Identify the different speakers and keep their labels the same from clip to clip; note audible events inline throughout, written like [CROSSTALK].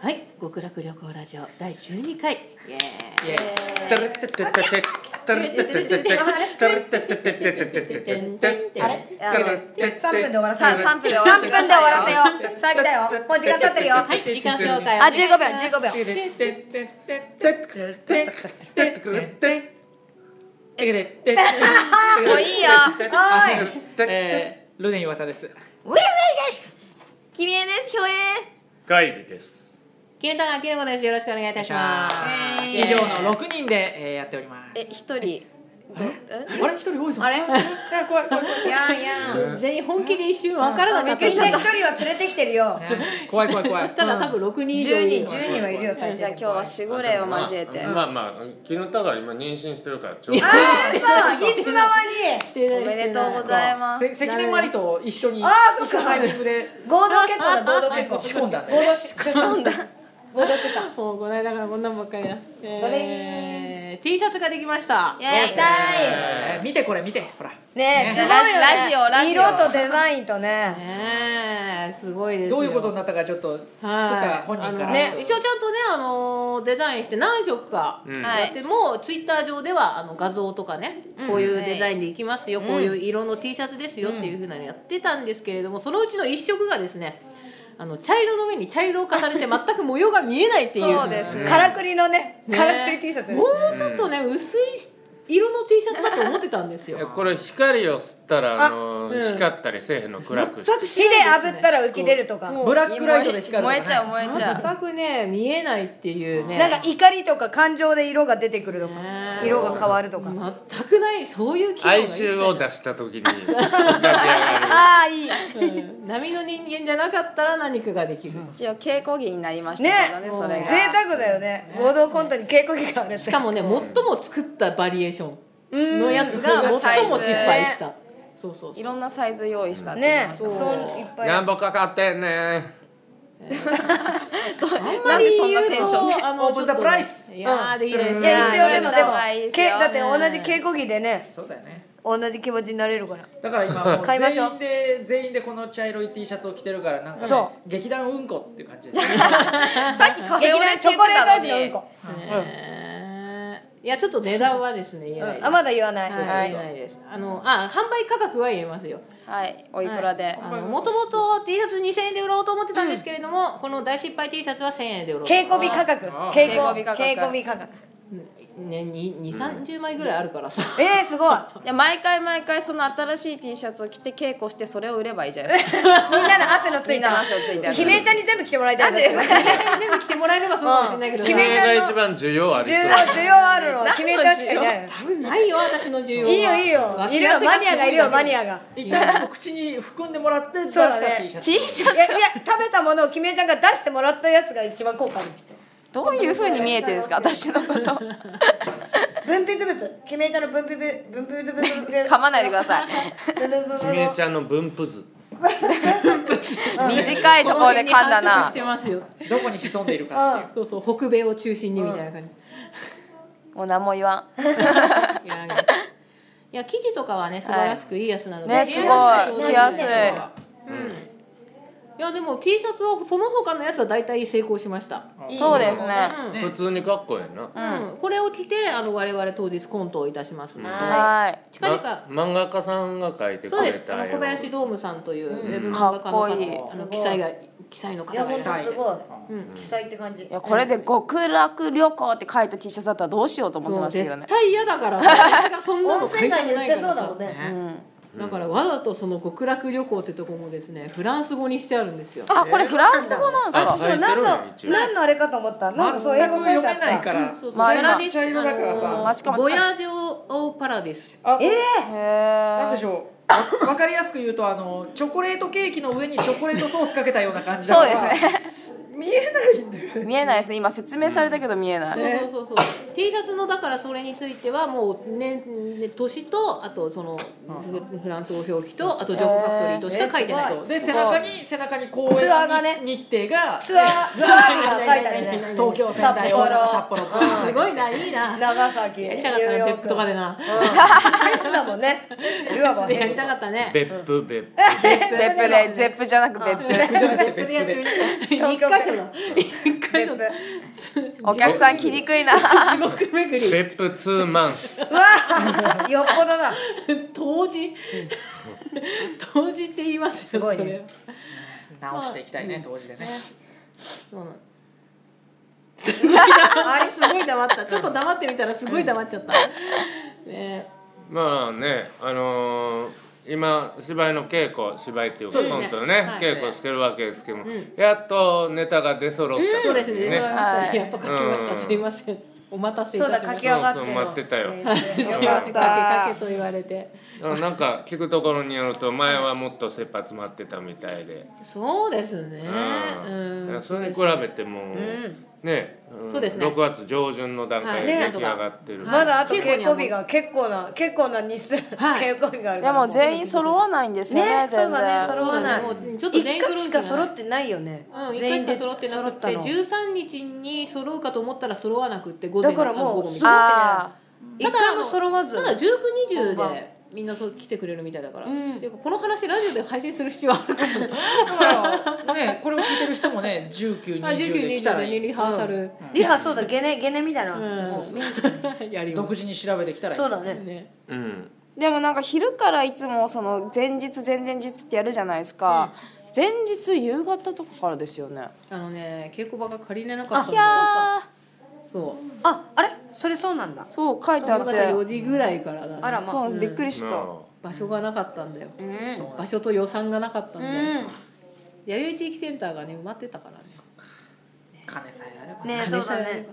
Speaker 1: はい、極楽旅行ラジオ第十二回。イエーイ。
Speaker 2: タルテテテテタルテテテテタルテテテテテテテテ
Speaker 3: あれ
Speaker 2: タルテテ
Speaker 3: 三分で終わらせ
Speaker 4: さあ
Speaker 3: よう。
Speaker 4: 3分で終わら
Speaker 3: 三分
Speaker 4: せてく
Speaker 3: で
Speaker 4: だ
Speaker 3: 終わら
Speaker 4: さ
Speaker 3: せ
Speaker 4: い
Speaker 3: よう。さあ来たよ。もう時間経ってるよ。
Speaker 1: はい、時間紹介。
Speaker 3: あ15秒15秒。
Speaker 4: もういいよ
Speaker 5: えー、ルネイワタです。
Speaker 4: 君江ですひょえ
Speaker 2: ガイジです
Speaker 1: ケンタがあきるこです。よろしくお願いいたします。
Speaker 4: イエ
Speaker 5: 以
Speaker 4: ーイ
Speaker 5: 上の六人で、えー、やっております。
Speaker 4: え一人どえ
Speaker 5: あれ一 [LAUGHS] 人多いぞ。
Speaker 4: あれ
Speaker 5: え怖い怖い怖い。
Speaker 3: やんやん。
Speaker 1: 全員本気で一瞬わからなかった。
Speaker 4: びっくりしちゃっ
Speaker 3: 一人は連れてきてるよ。
Speaker 5: ね怖い怖い怖い。
Speaker 1: そしたら多分六人以上
Speaker 3: 十
Speaker 1: い
Speaker 3: 人
Speaker 1: る。
Speaker 3: 十人はいるよ最
Speaker 4: じゃあ
Speaker 3: 低
Speaker 4: 今日。は守護霊を交えて
Speaker 2: まあまあ昨日だから今妊娠してるからちょう
Speaker 3: ああそういつの間に [LAUGHS]
Speaker 4: おめでとうご
Speaker 1: い
Speaker 4: ざいます
Speaker 5: せ関根マリと一緒に
Speaker 3: あーそっ
Speaker 5: 一
Speaker 3: か
Speaker 5: 緒のタイミングで
Speaker 3: 合同結婚だ合同結婚。
Speaker 5: 仕込んだん
Speaker 3: 合
Speaker 5: で、
Speaker 3: 同
Speaker 5: ね。
Speaker 3: 出産。合同出産。
Speaker 1: ます。もうこの間からこんなんばっかりだ。えー T シャツができました。
Speaker 4: イエーイ
Speaker 5: えー、見てこれ見てほら。
Speaker 3: ねえすごい
Speaker 4: ラジオ
Speaker 3: よ
Speaker 4: ラ
Speaker 3: ね。
Speaker 4: ジオ
Speaker 3: 色とデザインとね。
Speaker 1: ねえすごいですよ。
Speaker 5: どういうことになったかちょっと作った本人から。
Speaker 1: ね
Speaker 3: ね、
Speaker 1: 一応ちゃんとね、あのーデザインして何色か
Speaker 2: ん
Speaker 4: はい
Speaker 1: やって、もうツイッター上ではあの画像とかね、こういうデザインでいきますよ、こういう色の T シャツですよっていうふうなのやってたんですけれども、そのうちの一色がですねあの茶色の上に茶色を重ねて全く模様が見えないっていう
Speaker 4: そうですね
Speaker 3: からくりのね
Speaker 1: ね
Speaker 3: からくり T シャツ。
Speaker 1: もうちょっとね、薄い色の T シャツだと思ってたんですよ
Speaker 2: これ光を吸ったらあの
Speaker 1: うん
Speaker 2: 光ったりせえへんの暗くし
Speaker 1: 全く
Speaker 3: 火で
Speaker 1: 知らない
Speaker 3: 炙
Speaker 1: すね
Speaker 3: ったら浮き出るとか。
Speaker 5: ブラックライトで光るとか
Speaker 4: 燃
Speaker 5: ね。
Speaker 4: えちゃう燃えちゃう
Speaker 1: 全くね見えないっていうね
Speaker 3: なんか怒りとか感情で色が出てくるとか
Speaker 1: ねえ
Speaker 3: 色が変わるとか
Speaker 1: 全くないそういう機能が
Speaker 2: 哀
Speaker 1: 一切
Speaker 2: 愁
Speaker 1: ない
Speaker 2: を出した時に浮かび上が
Speaker 3: ああいい
Speaker 1: うん波の人間じゃなかったら何かができる、
Speaker 4: 一応稽古着になりましたけどね
Speaker 3: ね
Speaker 4: それが
Speaker 3: 贅沢だよね合同コントに稽古着があるって
Speaker 1: しかもね最も作ったバリエーションのやつが
Speaker 4: うん
Speaker 1: 最も失敗した、そうそうそ
Speaker 4: いうろんなサイズ用意したって言 [LAUGHS] って
Speaker 3: ね
Speaker 4: ました
Speaker 3: そう
Speaker 4: ね
Speaker 3: いっぱ
Speaker 2: る
Speaker 3: い
Speaker 2: なんぼかかってんねん
Speaker 4: なんでそんなテンシ
Speaker 1: あ
Speaker 4: ョン
Speaker 1: んまり言う
Speaker 4: ね
Speaker 1: とあの
Speaker 5: オープンザプライ
Speaker 1: ち
Speaker 5: ス
Speaker 1: ょっとねいやーできないです
Speaker 3: い
Speaker 1: ね
Speaker 3: や一応でもでも
Speaker 4: 可愛いです
Speaker 3: け
Speaker 4: よ
Speaker 3: だって同じ稽古着でね
Speaker 5: そうだよね。
Speaker 3: 同じ気持ちになれるから
Speaker 5: だから今もう
Speaker 3: 買いまし
Speaker 5: 全
Speaker 3: ょう
Speaker 5: 員で全員でこの茶色い T シャツを着てるからなんか、ね、
Speaker 3: そ
Speaker 5: 劇団うんこっていう感じです、ね。
Speaker 4: さっきカフェオレって
Speaker 3: チョ
Speaker 4: 言って
Speaker 3: コレート
Speaker 4: たの
Speaker 3: 味
Speaker 4: に
Speaker 3: のうんこ
Speaker 1: えーいやちょっと値段はですね言えないです
Speaker 3: あまだ言わない
Speaker 1: は、
Speaker 3: はい
Speaker 1: 言え
Speaker 3: い
Speaker 1: ないですあのあ販売価格は言えますよ
Speaker 4: はいおいくらで
Speaker 1: もともと T シャツ2000円で売ろうと思ってたんですけれども、この大失敗 T シャツは1000円で売ろうと思っ
Speaker 3: 稽
Speaker 1: て
Speaker 3: 古着価格
Speaker 5: あー
Speaker 3: 稽古
Speaker 4: 稽古着価格
Speaker 3: 稽古着価格
Speaker 1: ね2 3 0枚ぐらいあるからさ、
Speaker 3: えーす
Speaker 4: [LAUGHS]
Speaker 3: ごい
Speaker 4: いや毎回毎回その新しい T シャツを着て稽古してそれを売ればいいじゃないですか
Speaker 3: みんなの汗の [LAUGHS] つ
Speaker 4: み
Speaker 3: い
Speaker 4: んなの
Speaker 3: た
Speaker 4: 汗をついて
Speaker 3: 姫ちゃんに全部着てもらいたいんです
Speaker 1: [LAUGHS] 全部着てもらえればそうかもしれないけどさ
Speaker 3: うん
Speaker 2: これが一番需要あり
Speaker 3: 需
Speaker 2: そう
Speaker 3: 要需要あるのは姫ちゃんしかいないよ
Speaker 1: 多分ないよ私の需要はい
Speaker 3: いよいいよいるよマニアがいるよマニアが
Speaker 5: 一旦もう口に含んでもらって出し
Speaker 3: そう
Speaker 5: た
Speaker 3: だね
Speaker 5: T シャツ。
Speaker 4: T シャ
Speaker 3: いやい
Speaker 4: ツ
Speaker 3: や食べたものを姫ちゃんが出してもらったやつが一番効果ある
Speaker 4: どういう風に見えてるんですか私のこと
Speaker 3: 分泌物姫ちゃんの分泌物分泌物
Speaker 4: 噛まないでください
Speaker 2: 君江ちゃんの分布図
Speaker 4: 短いところで噛ん
Speaker 1: [LAUGHS]
Speaker 4: だな
Speaker 1: してますよ
Speaker 5: どこに潜んでいるかっていう。
Speaker 1: そうそう北米を中心にみたいな感
Speaker 3: [LAUGHS]
Speaker 1: じ、
Speaker 4: もう何も言わん
Speaker 1: いやいや生地とかはね素晴らしくいいやつなので、
Speaker 4: ねすごい
Speaker 1: 着や
Speaker 4: 着や
Speaker 1: す
Speaker 4: す
Speaker 1: い
Speaker 4: い
Speaker 1: いやでも T シャツはその他のやつは大体成功しました、
Speaker 4: そうですね
Speaker 1: うん
Speaker 2: 普通にかっこええな
Speaker 1: うんこれを着てあの我々当日コントをいたしますので、
Speaker 4: は
Speaker 1: 近々
Speaker 2: ま漫画家さんが描いてく
Speaker 1: そう
Speaker 2: れ
Speaker 1: です。あの
Speaker 2: た絵
Speaker 1: 小
Speaker 2: を
Speaker 1: 林ドームさんというウェブ漫画家の方
Speaker 4: かっこいい
Speaker 1: のあの記載が記載の
Speaker 3: いや
Speaker 1: 方が
Speaker 3: 本
Speaker 1: い
Speaker 3: 当
Speaker 1: ます。
Speaker 3: すごい記載って感じ
Speaker 4: いいやこれで極楽旅行って書いた T シャツだったらどうしようと思って
Speaker 1: そう
Speaker 4: ましたけど
Speaker 1: 絶
Speaker 4: ね
Speaker 1: 対嫌だ
Speaker 3: [LAUGHS]
Speaker 1: から私がそんな
Speaker 3: 温
Speaker 1: の
Speaker 3: 泉街に売ってそうだもん
Speaker 1: ね。
Speaker 3: ね
Speaker 1: だからわざとその極楽旅行ってとこもですねフランス語にしてあるんですよ。
Speaker 4: あこれフランス語なんで
Speaker 2: あ
Speaker 4: すか
Speaker 2: 書いて
Speaker 3: 何
Speaker 2: る
Speaker 3: の
Speaker 2: の一応
Speaker 3: 何のあれかと思ったなんかそう英
Speaker 5: 全
Speaker 3: 語
Speaker 5: く
Speaker 3: 書い
Speaker 5: 読
Speaker 3: てあっ
Speaker 5: めない
Speaker 3: た
Speaker 5: から。
Speaker 1: そうそう
Speaker 4: まあ今
Speaker 1: それで
Speaker 5: 茶色だからさ
Speaker 1: あ
Speaker 4: まあしか
Speaker 1: の
Speaker 4: も
Speaker 1: ボヤージオパラディス。
Speaker 5: あと
Speaker 3: え
Speaker 4: へ
Speaker 5: なんで
Speaker 4: え
Speaker 5: しょう。わわかりやすく言うとあのチョコレートケーキの上にチョコレートソースかけたような感じだか
Speaker 4: そう [LAUGHS]
Speaker 5: ら。
Speaker 4: ですね
Speaker 5: 見えないんだよね。
Speaker 4: 見えないですね今説明されたけど見えない
Speaker 1: そうそうそうそう。 T シャツのだからそれについてはもうねね年とあとそのフフランス語表記とあとジョブファクトリーとしか書いてない。
Speaker 5: で背中に背中に公
Speaker 3: ツアーがね
Speaker 5: 演に日程が
Speaker 3: ツアーツアーみたいなの書いてあるね
Speaker 5: 東京仙台
Speaker 3: 札
Speaker 5: 大
Speaker 3: 幌
Speaker 5: 阪札幌
Speaker 3: うん
Speaker 1: すごいな、いいな。
Speaker 3: 長崎ニュ
Speaker 1: や
Speaker 3: ー
Speaker 1: り
Speaker 3: ヨ
Speaker 1: たかったな、ジェッ
Speaker 3: ーク
Speaker 1: トとかでな。
Speaker 3: フェスだもんねいわばフ
Speaker 1: や
Speaker 3: ェ
Speaker 1: り
Speaker 3: ス
Speaker 1: たかったね。
Speaker 2: 別府別府
Speaker 4: 別府でゼップじゃなく別府
Speaker 1: 別府でやってみたい。一箇所だ。一箇
Speaker 3: 別
Speaker 1: 所
Speaker 3: 府
Speaker 1: だ。
Speaker 4: お客さん来にくいな
Speaker 1: 地獄巡り。
Speaker 2: 別府ツーマンス
Speaker 3: うわあよっぽどな
Speaker 1: [LAUGHS] 当時。当時って言います
Speaker 3: すごいね。
Speaker 5: 直していきたいね当時でね
Speaker 1: それそうなのあれすごい黙った。ちょっと黙ってみたらすごい黙っちゃった。ね
Speaker 2: まあねあのー今芝居の稽古芝居っていうか
Speaker 1: そうです
Speaker 2: コ
Speaker 1: ね
Speaker 2: ントのね
Speaker 1: はい
Speaker 2: 稽古してるわけですけども、
Speaker 1: ん
Speaker 2: やっとネタが出揃った
Speaker 1: そう
Speaker 2: 感
Speaker 1: で
Speaker 2: じ
Speaker 1: すね。
Speaker 4: はい
Speaker 1: やっと書きました。
Speaker 2: うん
Speaker 1: すいません。お待たせい
Speaker 3: そう
Speaker 1: た
Speaker 3: だ
Speaker 1: し
Speaker 3: 書
Speaker 1: ま
Speaker 3: き
Speaker 1: した。
Speaker 3: 上がって
Speaker 2: そう
Speaker 3: の
Speaker 2: そう待ってたよ
Speaker 3: よ
Speaker 1: すい
Speaker 3: か
Speaker 1: ま
Speaker 3: っ
Speaker 1: せん。
Speaker 3: た
Speaker 1: かけかけと言われて。
Speaker 2: だからなんか聞くところによると前はもっと切羽詰まってたみたいで、
Speaker 1: そうですね。
Speaker 2: うんだからそれに比べてもう、ね、うん
Speaker 1: そうですね
Speaker 2: 6月上旬の段階で
Speaker 3: はい
Speaker 2: 出来上がってる、
Speaker 3: まだあと
Speaker 1: 稽古
Speaker 3: 稽
Speaker 1: には
Speaker 3: 古日が結構な結構な日数
Speaker 1: はい
Speaker 3: 稽古日があるか
Speaker 4: で
Speaker 3: ら
Speaker 4: も全員揃わないんですよね
Speaker 3: ね
Speaker 4: 全然
Speaker 3: そうだね揃わない
Speaker 1: そうだねもうちょっと
Speaker 3: 一
Speaker 1: 全員
Speaker 3: 回しか揃
Speaker 1: 揃う
Speaker 3: っ
Speaker 1: ん
Speaker 3: てないよね
Speaker 1: うん、一
Speaker 3: 全員
Speaker 1: 回し
Speaker 3: で
Speaker 1: か揃ってな
Speaker 3: 揃っ
Speaker 1: く
Speaker 3: た
Speaker 1: て
Speaker 3: の
Speaker 1: 13日に揃うかと思ったら揃わなくって午前
Speaker 3: だからもう
Speaker 1: あの午後みたいな
Speaker 4: あ
Speaker 3: 一回も揃わず
Speaker 1: ただ1920でみんなそう来てくれるみたいだから、っていうかこの話ラジオで配信する必要あるか
Speaker 3: [LAUGHS]
Speaker 5: だからねこれを聞いてる人もね
Speaker 1: な1920 [LAUGHS]
Speaker 5: 1920で
Speaker 1: で
Speaker 5: 来たらいい
Speaker 1: リハーサル、
Speaker 3: リハそうだゲネゲネみたいなもう
Speaker 1: [LAUGHS] うん、やるよ
Speaker 5: 独自に調べてきたらいい
Speaker 3: そうだね
Speaker 1: ね
Speaker 2: うん
Speaker 4: ーでもなんか昼からいつもその前日前々日ってやるじゃないですか、前日夕方とかからですよね
Speaker 1: あのね稽古場が借りれなかったんだ
Speaker 4: い
Speaker 1: よ
Speaker 4: や
Speaker 1: そう
Speaker 3: ああれそれそうなんだ
Speaker 4: ーそう書いてあ
Speaker 1: 夕
Speaker 4: っ
Speaker 1: 方
Speaker 4: て
Speaker 1: 4時ぐらいからだ、ね、
Speaker 3: あらまあ
Speaker 4: そうびっくりし
Speaker 2: ま
Speaker 4: た、
Speaker 2: あ
Speaker 1: 場所がなかったんだよ、
Speaker 3: うん
Speaker 5: そう
Speaker 1: 場所と予算がなかったんだよ、
Speaker 3: うん
Speaker 1: 弥生地域センターがね埋まってたからね
Speaker 5: 金さえあれば
Speaker 3: ねそうだね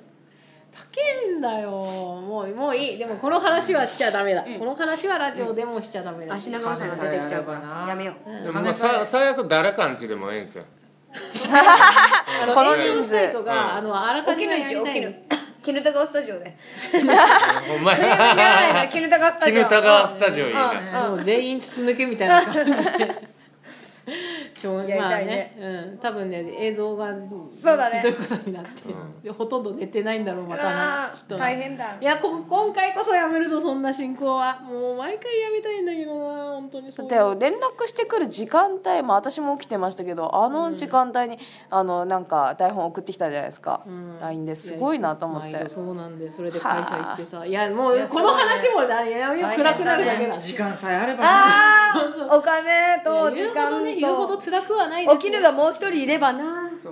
Speaker 1: 高いんだよもうもういいでもこの話はしちゃダメだ、この話はラジオでもしちゃダメだ、
Speaker 3: 足長尾さんが出てきちゃうからやめよう
Speaker 2: でもまあさ最悪誰かんちでもええんちゃう
Speaker 1: あの
Speaker 4: この人数
Speaker 1: 営業サイトが、あのあらか
Speaker 3: 起き
Speaker 1: じめ
Speaker 3: る
Speaker 1: や
Speaker 3: ん
Speaker 1: り
Speaker 3: ち
Speaker 1: た
Speaker 3: 起き
Speaker 1: い
Speaker 3: る [COUGHS] 絹高スタジオで
Speaker 2: ほんま
Speaker 3: それはいらない
Speaker 2: や
Speaker 3: な絹高スタジオ
Speaker 2: [LAUGHS] 絹田川スタジオいいな
Speaker 1: あの全員筒抜け
Speaker 3: [LAUGHS]
Speaker 1: みたいな感じでしょう
Speaker 3: やり
Speaker 1: まあ
Speaker 3: たいね
Speaker 1: ね、うん、多分ね映像が
Speaker 3: そうだね
Speaker 1: ひどいことになって、でほとんど寝てないんだろうま
Speaker 3: う
Speaker 1: た
Speaker 3: わ
Speaker 1: ねきっ
Speaker 3: ー
Speaker 1: とね
Speaker 3: 大
Speaker 1: [LAUGHS]
Speaker 3: 変だ
Speaker 1: いやこ今回こそやめるぞそんな進行はもう毎回やめたいんだけどな本当にそう
Speaker 4: で連絡してくる時間帯も私も起きてましたけどあの時間帯に、あのなんか台本送ってきたじゃないですか、LINE ですごいなと思っ
Speaker 1: や
Speaker 4: て
Speaker 1: 毎度そうなんでそれで会社行ってさいやもうこの話もなやめよう
Speaker 3: 大変だね
Speaker 1: 暗くなるだけだ
Speaker 5: 時間さえあればね
Speaker 3: あーお金と
Speaker 1: い
Speaker 3: 時
Speaker 1: や言うほどね言う
Speaker 3: 間
Speaker 1: ほど
Speaker 3: と
Speaker 1: 辛くはないです
Speaker 3: 起きるがもう一人いればな
Speaker 1: 多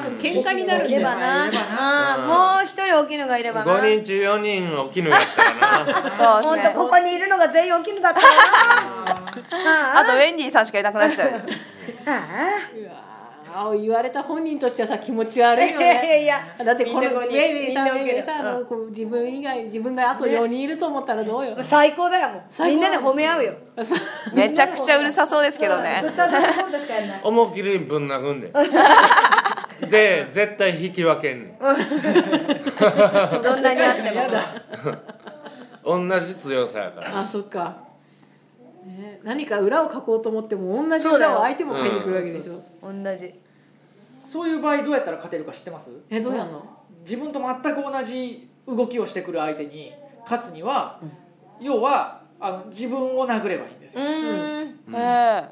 Speaker 1: 分喧嘩になるん
Speaker 3: い
Speaker 1: です
Speaker 3: ればな
Speaker 5: うん
Speaker 3: あーもう一人起きるがいればな
Speaker 2: 5人中4人起きぬやった
Speaker 4: [LAUGHS]
Speaker 2: らな
Speaker 4: そう
Speaker 3: 本
Speaker 4: です
Speaker 3: 当
Speaker 4: ね
Speaker 3: ここにいるのが全員起きるだったよなあ
Speaker 4: あとウェンディさんしかいなくなっちゃう
Speaker 3: ああ
Speaker 1: うわー言われた本人としてはさ気持ち悪いよ
Speaker 3: いやい [LAUGHS] や
Speaker 1: ね
Speaker 3: いや
Speaker 1: だってこの
Speaker 3: み
Speaker 1: ベ
Speaker 3: んな五人
Speaker 1: イベイさん
Speaker 3: みんな
Speaker 1: ベ
Speaker 3: 受
Speaker 1: イ
Speaker 3: ける
Speaker 1: ベイさんあのこう自分以外自分があと4人いると思ったらどうよ、
Speaker 3: 最高だよもう
Speaker 1: 最
Speaker 3: み
Speaker 1: 高
Speaker 3: んなで褒め合うよ
Speaker 1: そう
Speaker 4: めちゃくちゃうるさそうですけどね
Speaker 3: ずっとそのことしかやんない
Speaker 2: 思いっきりぶん殴んでで絶対引き分けんねん
Speaker 3: [LAUGHS] どんなにあっても
Speaker 1: やだ
Speaker 2: 同じ強さやから
Speaker 1: あそっか、ね、何か裏を書こうと思っても同じ
Speaker 3: そうだよ
Speaker 1: 裏を相手も書いてくるわけでしょ、
Speaker 3: 同じ
Speaker 5: そういう場合どうやったら勝てるか知ってます
Speaker 1: えどうやんの
Speaker 5: 自分と全く同じ動きをしてくる相手に勝つには、要はあの自分を殴ればいいんです
Speaker 3: う
Speaker 5: よ、
Speaker 3: ーん
Speaker 4: え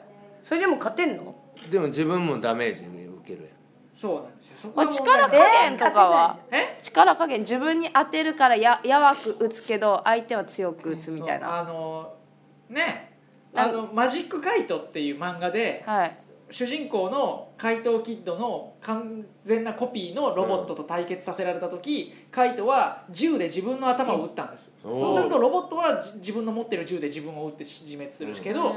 Speaker 3: それでも勝てんの
Speaker 2: でも自分もダメージ受けるやん
Speaker 5: そうなんですよそ
Speaker 4: ま
Speaker 5: こ
Speaker 4: あ、
Speaker 5: が問
Speaker 4: 力
Speaker 5: 題
Speaker 4: 加減とかは、
Speaker 5: え
Speaker 4: 力加減自分に当てるからや弱く打つけど相手は強く打つみたい
Speaker 5: そう
Speaker 4: な、
Speaker 5: あのねあの「マジックカイト」っていう漫画で
Speaker 4: はい、
Speaker 5: 主人公の怪盗キッドの完全なコピーのロボットと対決させられた時、カイトは銃で自分の頭を撃ったんです
Speaker 2: おー
Speaker 5: そうするとロボットはじ自分の持ってる銃で自分を撃って自滅するけど、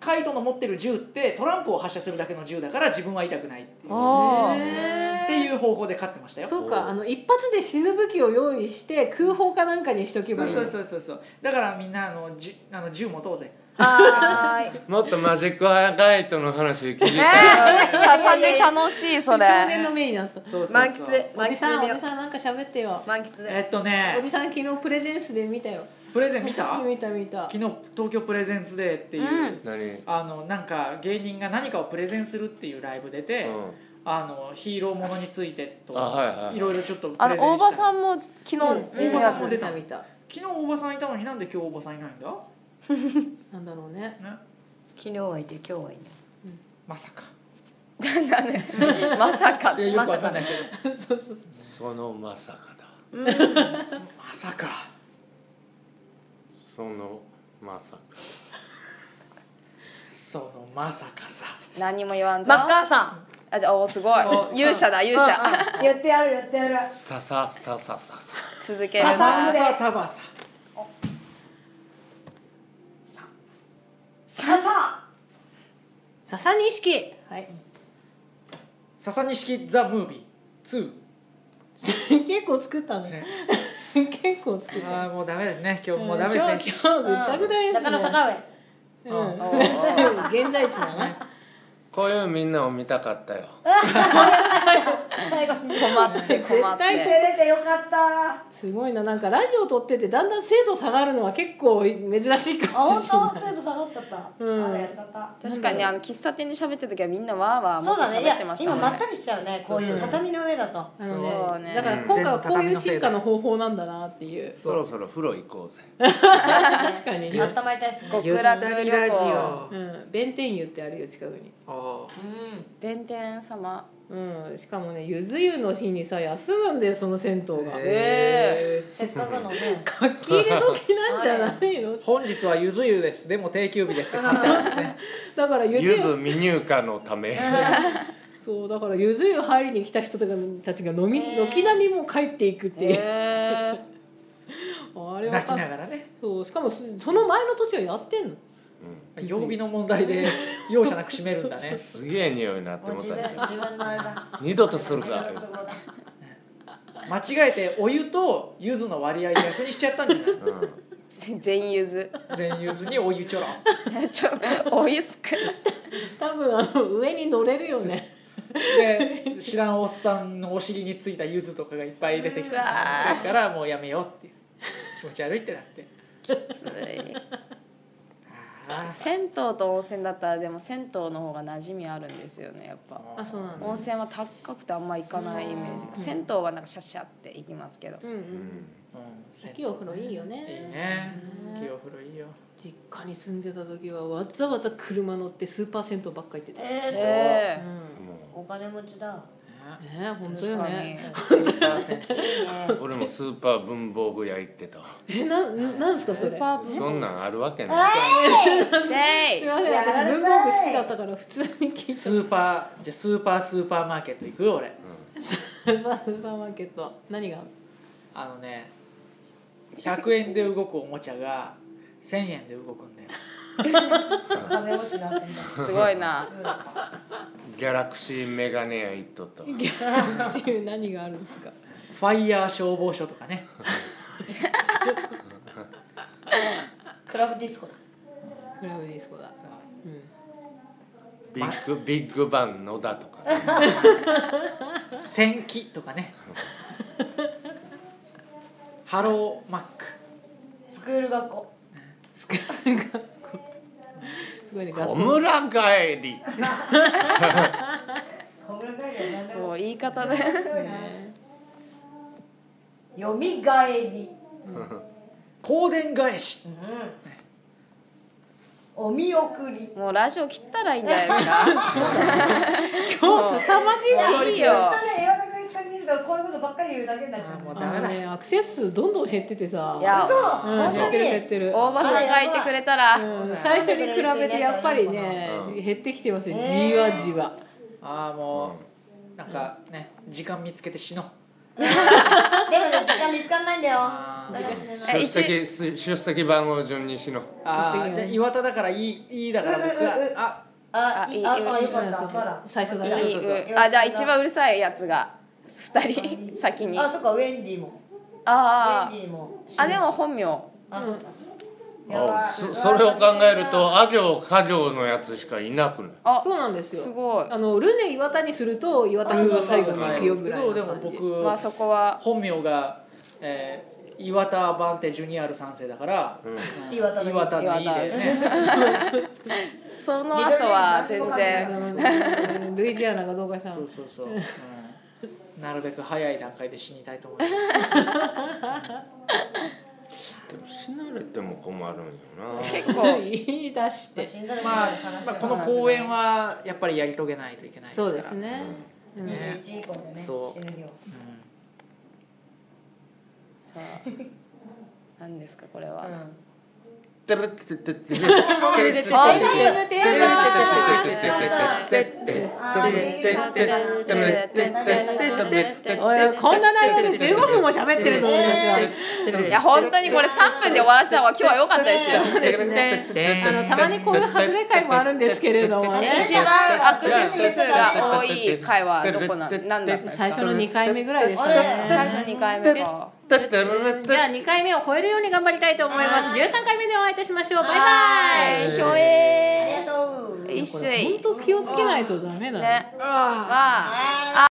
Speaker 5: カイトの持ってる銃ってトランプを発射するだけの銃だから自分は痛くないっていう
Speaker 4: あー
Speaker 1: へ
Speaker 5: っていう方法で勝ってましたよ
Speaker 1: そうかあの一発で死ぬ武器を用意して空砲かなんかにしとけ
Speaker 5: そ
Speaker 1: ば
Speaker 5: う
Speaker 1: いい
Speaker 5: そうそうそうそうだからみんなあのじゅあの銃持とうぜ
Speaker 3: はーい。
Speaker 2: もっとマジックハイライトの話聞いて
Speaker 4: ゃ単純に楽し
Speaker 1: [LAUGHS]
Speaker 4: いそれ
Speaker 1: 少年の目になった
Speaker 5: そうそうそう
Speaker 3: 満喫、
Speaker 1: お
Speaker 3: 満
Speaker 1: じさ
Speaker 3: 喫
Speaker 1: ん
Speaker 3: で
Speaker 1: お
Speaker 3: よ
Speaker 1: じ。さんなんか喋ってよ
Speaker 3: 満喫
Speaker 5: え
Speaker 3: で。
Speaker 5: っと
Speaker 1: お
Speaker 5: ね
Speaker 1: じさん昨日プレゼンスで見たよ
Speaker 5: プレゼン見た
Speaker 1: 見た見た
Speaker 5: 昨日東京プレゼンツデーっていう、
Speaker 3: うん
Speaker 2: 何
Speaker 5: あのなんか芸人が何かをプレゼンするっていうライブ出て、あのヒーローものについてと
Speaker 2: あはいはいはい
Speaker 5: ろいろちょっとプ
Speaker 4: あ
Speaker 5: レゼンした
Speaker 4: の大場さんも昨日
Speaker 1: 昨
Speaker 5: うん
Speaker 1: 日
Speaker 4: の
Speaker 1: 大
Speaker 4: や
Speaker 1: 場
Speaker 4: つ
Speaker 1: さんも出た見た
Speaker 5: 昨日大場さんいたのになんで今日大場さんいないんだ、
Speaker 1: なんだろうね
Speaker 5: ね、
Speaker 3: 昨日はいて、今日はい
Speaker 5: まさか
Speaker 4: [LAUGHS] まさか
Speaker 5: いやよくわかんないけど
Speaker 2: そのまさかだ
Speaker 3: ない。うん
Speaker 5: まさか
Speaker 2: そのまさか
Speaker 5: そのまさかさ
Speaker 4: 何も言わんぞ
Speaker 3: マッカーさ
Speaker 4: あじゃあおすごい
Speaker 5: お
Speaker 4: 勇者だ勇者
Speaker 3: ん。やってやる、やってやる。
Speaker 2: ささささささ
Speaker 4: [LAUGHS] 続ける
Speaker 5: さ
Speaker 4: な
Speaker 5: ささたばさ
Speaker 3: ささ。
Speaker 1: 笹錦はい [LAUGHS]
Speaker 5: ささにしきザ・ムービー
Speaker 1: 結構作ったのね [LAUGHS]
Speaker 5: 2
Speaker 1: 結構作った
Speaker 5: ああもうダメですね今
Speaker 1: 今
Speaker 5: 日
Speaker 1: 日
Speaker 5: もうダメ
Speaker 1: 今
Speaker 5: で
Speaker 1: 日
Speaker 5: すね
Speaker 1: ぐったぐたですね
Speaker 3: だから坂上。
Speaker 1: うん
Speaker 5: う
Speaker 4: おうおう
Speaker 1: [LAUGHS] 現在地だな
Speaker 2: こういうみんなを見たかったよ
Speaker 3: 最後に。
Speaker 4: 困って困っ
Speaker 1: 絶
Speaker 3: 出
Speaker 4: て
Speaker 3: れてよかった。
Speaker 1: すごいななんかラジオ撮っててだんだん精度下がるのは結構珍しい
Speaker 3: あ、
Speaker 1: かもしれ
Speaker 3: 本
Speaker 1: な
Speaker 3: 当、精度下がっちゃった。
Speaker 1: うん
Speaker 3: あれやっちゃった。
Speaker 4: 確かにあの喫茶店で喋ってる時はみんなわーわー
Speaker 3: そ
Speaker 4: も
Speaker 3: う
Speaker 4: っと
Speaker 3: だね。い
Speaker 4: 喋って
Speaker 3: や
Speaker 4: ま、した
Speaker 3: 今
Speaker 4: もん
Speaker 3: まっ
Speaker 4: ね
Speaker 3: たりしちゃうね。こういう畳の上だと。
Speaker 1: いなので
Speaker 4: そうね
Speaker 1: だから今回はこういう進化の方法なんだなっていう
Speaker 2: そろそろ風呂行こうぜ
Speaker 1: 確かにね、
Speaker 3: 温まりたいですね。
Speaker 4: 極楽
Speaker 5: ゆ
Speaker 4: 旅
Speaker 5: ったりラジ
Speaker 4: 行
Speaker 5: オ
Speaker 1: うん、弁天湯ってあるよ近くに
Speaker 5: あ
Speaker 3: うん。
Speaker 4: 弁天様
Speaker 1: うん、しかもねゆず湯の日にさ休むんだよその銭湯が、
Speaker 4: え
Speaker 3: せっかくのね。
Speaker 1: 書き入れ時なんじゃないの [LAUGHS]
Speaker 5: ー本日はゆず湯ですでも定休日ですって書いてあるんですね
Speaker 1: だからゆず
Speaker 2: ゆ
Speaker 1: 湯
Speaker 2: ず未入荷のため
Speaker 1: そうだからゆず湯入りに来た人たちが飲み
Speaker 3: へー
Speaker 1: 軒並みもう帰っていくっていう、
Speaker 4: え
Speaker 1: あれは
Speaker 5: 泣き
Speaker 1: か
Speaker 5: ながらね
Speaker 1: そうしかもすその前の土地はやってんの
Speaker 5: 曜日の問題
Speaker 4: [LAUGHS]
Speaker 5: で容赦なく締めるんだね
Speaker 2: すげえ匂いになって
Speaker 3: もう
Speaker 2: も
Speaker 3: 自
Speaker 2: た
Speaker 3: 分、
Speaker 2: んじゃん
Speaker 3: 自分のあれだ。
Speaker 2: 二度とするか
Speaker 5: 間違えてお湯と柚子の割合逆にしちゃったんじゃない
Speaker 4: [LAUGHS]
Speaker 2: うん
Speaker 4: ー、全ゆず
Speaker 5: 全柚子にお湯ちょろん
Speaker 4: [LAUGHS] ちょお湯すく
Speaker 1: 多分あの上に乗れるよね
Speaker 5: で知らんおっさんのお尻についた柚子とかがいっぱい出てきた
Speaker 4: うわー
Speaker 5: だからもうやめようっていう気持ち悪いってなって
Speaker 4: つい
Speaker 5: あー
Speaker 4: 銭湯と温泉だったらでも銭湯の方が馴染みあるんですよねやっぱ
Speaker 1: あそうなんだ
Speaker 4: 温泉は高くてあんま行かないイメージが銭湯はなんかシャッシャって行きますけど
Speaker 1: うんう
Speaker 2: うんん
Speaker 5: うん
Speaker 1: 大きいお風呂いいよね
Speaker 5: いいね大きいお風呂
Speaker 4: [LAUGHS]
Speaker 5: いいよ
Speaker 1: 実家に住んでた時はわざわざ車乗ってスーパー銭湯ばっか行ってた、
Speaker 3: えー、
Speaker 1: う
Speaker 4: え
Speaker 1: ん
Speaker 3: そう。お金持ちだ。
Speaker 1: ねえ本当
Speaker 4: え
Speaker 1: よ
Speaker 4: 確か
Speaker 1: ね
Speaker 4: に
Speaker 5: 100%
Speaker 3: いいね。
Speaker 2: 俺もスーパー文房具屋行ってたわ
Speaker 1: えなんんなんですか
Speaker 4: ス
Speaker 1: それ
Speaker 4: ーパーブ
Speaker 2: そんなんあるわけない
Speaker 1: す
Speaker 4: ゼ
Speaker 1: い
Speaker 4: イ
Speaker 1: ません
Speaker 3: や
Speaker 1: 私
Speaker 3: らない
Speaker 1: 文房具好きだったから普通に聞い
Speaker 5: スーパーじゃあスーパースーパーマーケット行くよ俺
Speaker 1: たまあ [LAUGHS] スーパーマーケット何が
Speaker 5: あのね100円で動くおもちゃが1000円で動くんだよ
Speaker 3: お金持ちだ。そんな
Speaker 4: すごいな
Speaker 2: ギャラクシーメガネ屋行っとったわ
Speaker 1: ギャラクシー何があるんですか
Speaker 5: ファイヤー消防署とかね
Speaker 3: クラブディスコだ。
Speaker 1: クラブディスコだうん
Speaker 2: ビッグビッグバン野田とかね
Speaker 5: 戦記とかねハローマック
Speaker 3: スクール学校。
Speaker 1: すごい学校すごいね学
Speaker 2: 小
Speaker 1: 校
Speaker 2: 村帰
Speaker 3: 小村
Speaker 2: り
Speaker 3: 帰りは何で
Speaker 4: もう言い方で
Speaker 1: ね
Speaker 3: 読み返り。
Speaker 5: 香典返し
Speaker 3: うん。お見送り。
Speaker 4: もうラジオ切ったらいいんじゃないですか
Speaker 1: 今日すさまじいこと
Speaker 4: [LAUGHS] いい
Speaker 3: 下
Speaker 4: よ
Speaker 3: ね、岩田君一緒にいると、こういうことばっかり言うだけになっちゃ
Speaker 5: あーもう
Speaker 1: あ
Speaker 5: ダメ
Speaker 1: の
Speaker 5: だ
Speaker 1: ねアクセス数どんどん減っててさ
Speaker 4: いや
Speaker 3: そう、
Speaker 1: うん減っ
Speaker 3: 本当
Speaker 1: てる
Speaker 3: に。
Speaker 1: 減ってる
Speaker 4: 大場さんがいてくれたら
Speaker 1: うん最初に比べてやっぱりね
Speaker 2: うん
Speaker 1: 減ってきてますよじわじわ
Speaker 5: ああもう、なんかね時間見つけて死のう
Speaker 3: でもね、時間見つかんないんだよ。
Speaker 5: あー
Speaker 3: だからしね
Speaker 4: え
Speaker 2: 出席す出席番号順にしの
Speaker 5: あ
Speaker 1: そう
Speaker 5: あ
Speaker 1: っすね
Speaker 5: じゃあ岩田だからいいいいだから僕
Speaker 3: うんうんうん
Speaker 5: があ
Speaker 3: あ、
Speaker 4: あ
Speaker 3: いい、
Speaker 4: い
Speaker 3: あ、あ、
Speaker 4: い
Speaker 3: よか
Speaker 1: う
Speaker 3: っ
Speaker 1: んそ
Speaker 3: た。
Speaker 1: う
Speaker 3: まだ。
Speaker 1: 最初だ
Speaker 4: い
Speaker 1: ね
Speaker 4: いうんあじゃあ一番うるさいやつが二人先に
Speaker 3: あ、
Speaker 4: あ
Speaker 3: そっか、ウェンディも。ウェン
Speaker 4: あ
Speaker 3: ディも。
Speaker 4: あでも本名
Speaker 3: あ、そうか。やばい
Speaker 2: あそそれを考えるとあ行家業のやつしかいなくない
Speaker 4: あ
Speaker 1: そうなんですよ
Speaker 4: すごい
Speaker 1: あのルネ岩田にすると岩田君が最後に行くよぐらいの
Speaker 5: でも
Speaker 1: 感じ
Speaker 5: 僕
Speaker 4: まあそこは
Speaker 5: 本名が、えー、岩田バンテジュニアール三世だから、うん
Speaker 3: 岩田のいい
Speaker 5: 岩田のいいでね
Speaker 4: その後は全然
Speaker 1: うんルイジアナがどうかした
Speaker 5: そ
Speaker 1: の
Speaker 5: うそうそう、うん、なるべく早い段階で死にたいと思います
Speaker 2: でも死なれても困るんよな
Speaker 4: 結構
Speaker 1: 言い出し
Speaker 3: まあ
Speaker 1: て
Speaker 3: 死んだら
Speaker 5: まあ
Speaker 3: いい話、
Speaker 5: まあ、
Speaker 3: だ
Speaker 5: この
Speaker 3: か
Speaker 5: 公演はやっぱりやり遂げないといけないですから
Speaker 1: そうですね、
Speaker 3: ら
Speaker 1: うん
Speaker 5: ね
Speaker 3: 21以降もね
Speaker 5: そう
Speaker 3: 死ぬ日は
Speaker 5: う
Speaker 4: さあ何ですかこれは、
Speaker 2: てるってってって
Speaker 1: おいこんな内容 [LAUGHS] で15分も喋ってるぞ私は、
Speaker 4: いや本当にこれ3分で終わらせた方が今日は良かったですよ
Speaker 1: そうですねあのたまにこういう外れ会もあるんですけれどもね
Speaker 4: 一番アクセス数が多い回はどこなんなんだったんですか
Speaker 1: 最初の2回目ぐらいです
Speaker 3: あれ
Speaker 1: ね
Speaker 4: 最初2回目か
Speaker 1: じゃあ2回目を超えるように頑張りたいと思います13回目でお会いいたしましょうバイバ
Speaker 4: はいひょ
Speaker 3: あり
Speaker 4: え
Speaker 3: がとう
Speaker 4: ー一
Speaker 1: イ
Speaker 4: 水
Speaker 1: 本当気をつけないとダメだね
Speaker 4: ね
Speaker 5: ん、ああ
Speaker 4: は
Speaker 3: あー